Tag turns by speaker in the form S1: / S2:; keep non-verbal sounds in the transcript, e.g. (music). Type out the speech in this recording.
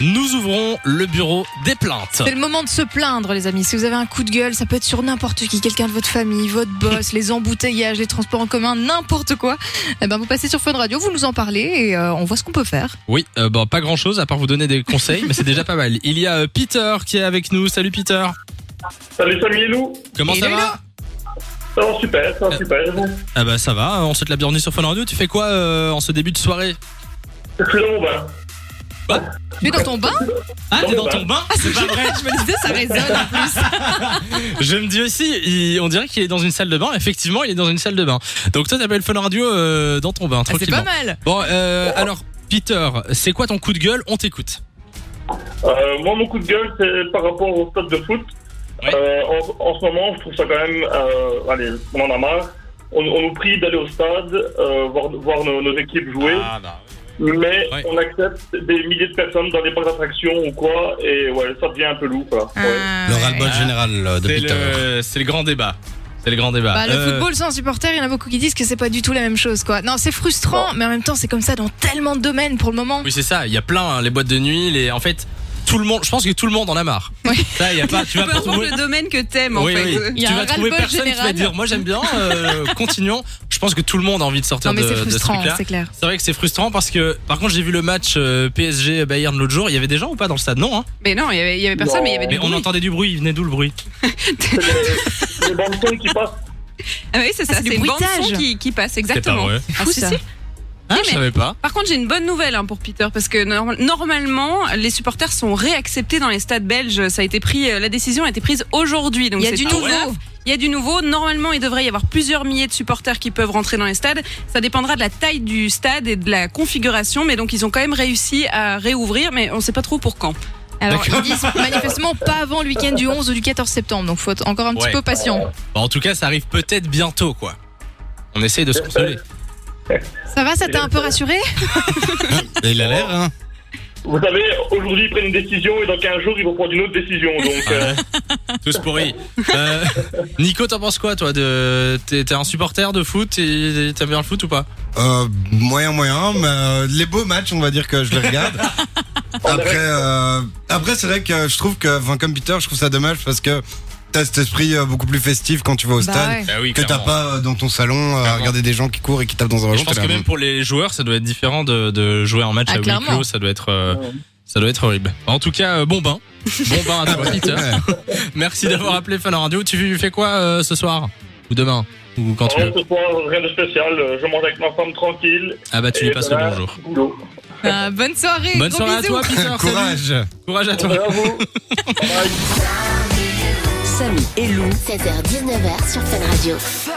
S1: nous ouvrons le bureau des plaintes.
S2: C'est le moment de se plaindre, les amis. Si vous avez un coup de gueule, ça peut être sur n'importe qui, quelqu'un de votre famille, votre boss, les embouteillages, les transports en commun, n'importe quoi. Eh ben, vous passez sur Fun Radio, vous nous en parlez et euh, on voit ce qu'on peut faire.
S1: Oui, euh, bon, pas grand chose à part vous donner des conseils, mais c'est déjà pas mal. Il y a euh, Peter qui est avec nous. Salut Peter.
S3: Salut Samy et Lou.
S1: Comment
S2: Il
S1: ça
S2: est
S1: va
S2: là.
S3: Ça va super, ça va
S1: Euh.
S3: super. Bon,
S1: Ah bah ça va. On souhaite la bienvenue sur Fun Radio. Tu fais quoi euh, en ce début de soirée
S3: je suis dans mon bain.
S2: Tu es dans ton bain
S1: Ah,
S3: Dans
S1: t'es
S3: le
S1: dans
S3: bain.
S1: ton bain C'est pas vrai.
S2: Je me disais, ça résonne Ah, en plus.
S1: Je me dis aussi, il- on dirait qu'il est dans une salle de bain. Effectivement, il est dans une salle de bain. Donc toi, t'appelles Fun Radio euh, dans ton bain,
S2: Ah, C'est pas
S1: tranquillement.
S2: mal.
S1: Bon, euh, alors Peter, c'est quoi ton coup de gueule On t'écoute.
S3: Euh, moi, mon coup de gueule, c'est par rapport au stade de foot.
S1: Ouais.
S3: Euh, en, en ce moment, je trouve ça quand même. euh, allez, on en a marre. On, on nous prie d'aller au stade, euh, voir, voir nos, nos équipes jouer,
S4: Ah.
S1: bah.
S3: mais
S1: Ouais.
S3: on accepte des milliers de personnes dans des parcs d'attractions ou quoi, et ouais, ça devient un peu lourd, quoi. Ouais.
S4: Le ras-le-bol
S1: Ah.
S4: général euh, de
S1: C'est
S4: Peter.
S1: le, c'est le grand débat. C'est le grand débat.
S2: Bah,
S1: Euh,
S2: Le football sans supporter, il y en a beaucoup qui disent que c'est pas du tout la même chose, quoi. Non, c'est frustrant, mais en même temps, c'est comme ça dans tellement de domaines pour le moment.
S1: Oui, c'est ça. Il y a plein, hein, les boîtes de nuit, les. En fait, tout le monde. Je pense que tout le monde en a marre.
S2: Oui.
S1: Ça, il y a pas. Tu vas
S5: Peu
S1: pas
S5: importe
S1: trouver.
S5: le domaine que t'aimes, en
S1: Oui,
S5: fait.
S1: oui.
S2: Il y a
S1: Tu
S2: un
S1: vas trouver
S2: ras-le-bol
S1: personne qui va
S2: général.
S1: dire moi j'aime bien, euh, continuons. Je pense que tout le monde a envie de sortir
S2: Non, mais
S1: de,
S2: c'est
S1: de ce
S2: frustrant,
S1: truc-là.
S2: c'est clair.
S1: C'est vrai que c'est frustrant parce que, par contre, j'ai vu le match euh, PSG Bayern l'autre jour. Il y avait des gens ou pas dans le stade Non, hein.
S5: Mais non, il y avait, il y avait personne,
S3: Non.
S5: mais il y avait du
S1: Mais on
S5: bruit.
S1: entendait du bruit. Il venait d'où le bruit
S3: C'est les, les bandes son qui passent.
S5: Ah oui, c'est ça,
S2: Ah, c'est du
S5: c'est une bande
S2: bruitage.
S5: son qui, qui passe, exactement.
S1: vrai.
S5: Ah,
S2: Fou,
S5: si,
S2: ça.
S5: si.
S1: Ah,
S5: Oui,
S1: je
S5: mais-
S1: savais pas.
S5: Par contre, j'ai une bonne nouvelle hein, pour Peter, parce que norm- normalement, les supporters sont réacceptés dans les stades belges. Ça a été pris, euh, la décision a été prise aujourd'hui. Donc
S2: Il y a
S5: c'est
S2: du
S5: tout
S2: nouveau.
S5: neuf. Il y a du nouveau. Normalement, il devrait y avoir plusieurs milliers de supporters qui peuvent rentrer dans les stades. Ça dépendra de la taille du stade et de la configuration, mais donc ils ont quand même réussi à réouvrir, mais on ne sait pas trop pour quand.
S2: Alors, ils disent manifestement pas avant le week-end du 11 ou du 14 septembre, donc faut être encore un petit
S1: Ouais.
S2: peu patient.
S1: Bon, en tout cas, ça arrive peut-être bientôt, quoi. On essaye de se consoler.
S2: Ça va, ça t'a un peu rassuré
S4: Et il a l'air, hein
S3: Vous savez, aujourd'hui, ils prennent une décision, et dans 15 jours, ils vont prendre une autre décision.
S1: Ah,
S3: Donc, euh,
S1: Tous pourris. Euh, Nico, t'en penses quoi, toi de... T'es t'es un supporter de foot et T'aimes bien le foot ou pas
S4: Euh, moyen, moyen, mais euh, les beaux matchs, on va dire que je les
S1: (laughs)
S4: regarde. Après, euh, après c'est vrai que je trouve que, enfin, comme Peter, je trouve ça dommage parce que t'as cet esprit euh, beaucoup plus festif quand tu vas au stade
S2: ouais.
S1: Bah oui,
S4: que t'as pas euh, dans ton salon euh, à
S1: Clairement.
S4: regarder des gens qui courent et qui tapent dans un
S1: Et
S4: ballon.
S1: je pense
S4: t'es
S1: que
S4: là,
S1: même pour les joueurs, ça doit être différent de, de jouer en match
S2: Ah,
S1: à huis
S2: clairement.
S1: clos. Ça doit être, euh, ça doit être horrible. En tout cas, euh, bon bain. Bon bain à toi, Peter.
S4: Ouais.
S1: (laughs) Merci d'avoir appelé Fun Radio. Tu fais quoi euh, ce soir Ou demain Ou quand tu
S3: ouais,
S1: veux
S3: ce soir, rien de spécial. euh, Je mange avec ma femme tranquille.
S1: Ah bah, tu lui
S3: Et
S1: passes le
S3: voilà,
S1: bonjour.
S3: boulot.
S2: Ah, Bonne soirée,
S1: Bonne
S2: gros
S1: soirée à
S2: bisous.
S1: toi,
S4: (laughs)
S1: Peter. salut.
S4: Courage.
S1: Courage à toi.
S3: Bravo. Bye.
S6: Samy et Lou.
S7: 16h-19h sur Fun Radio.
S6: Fun.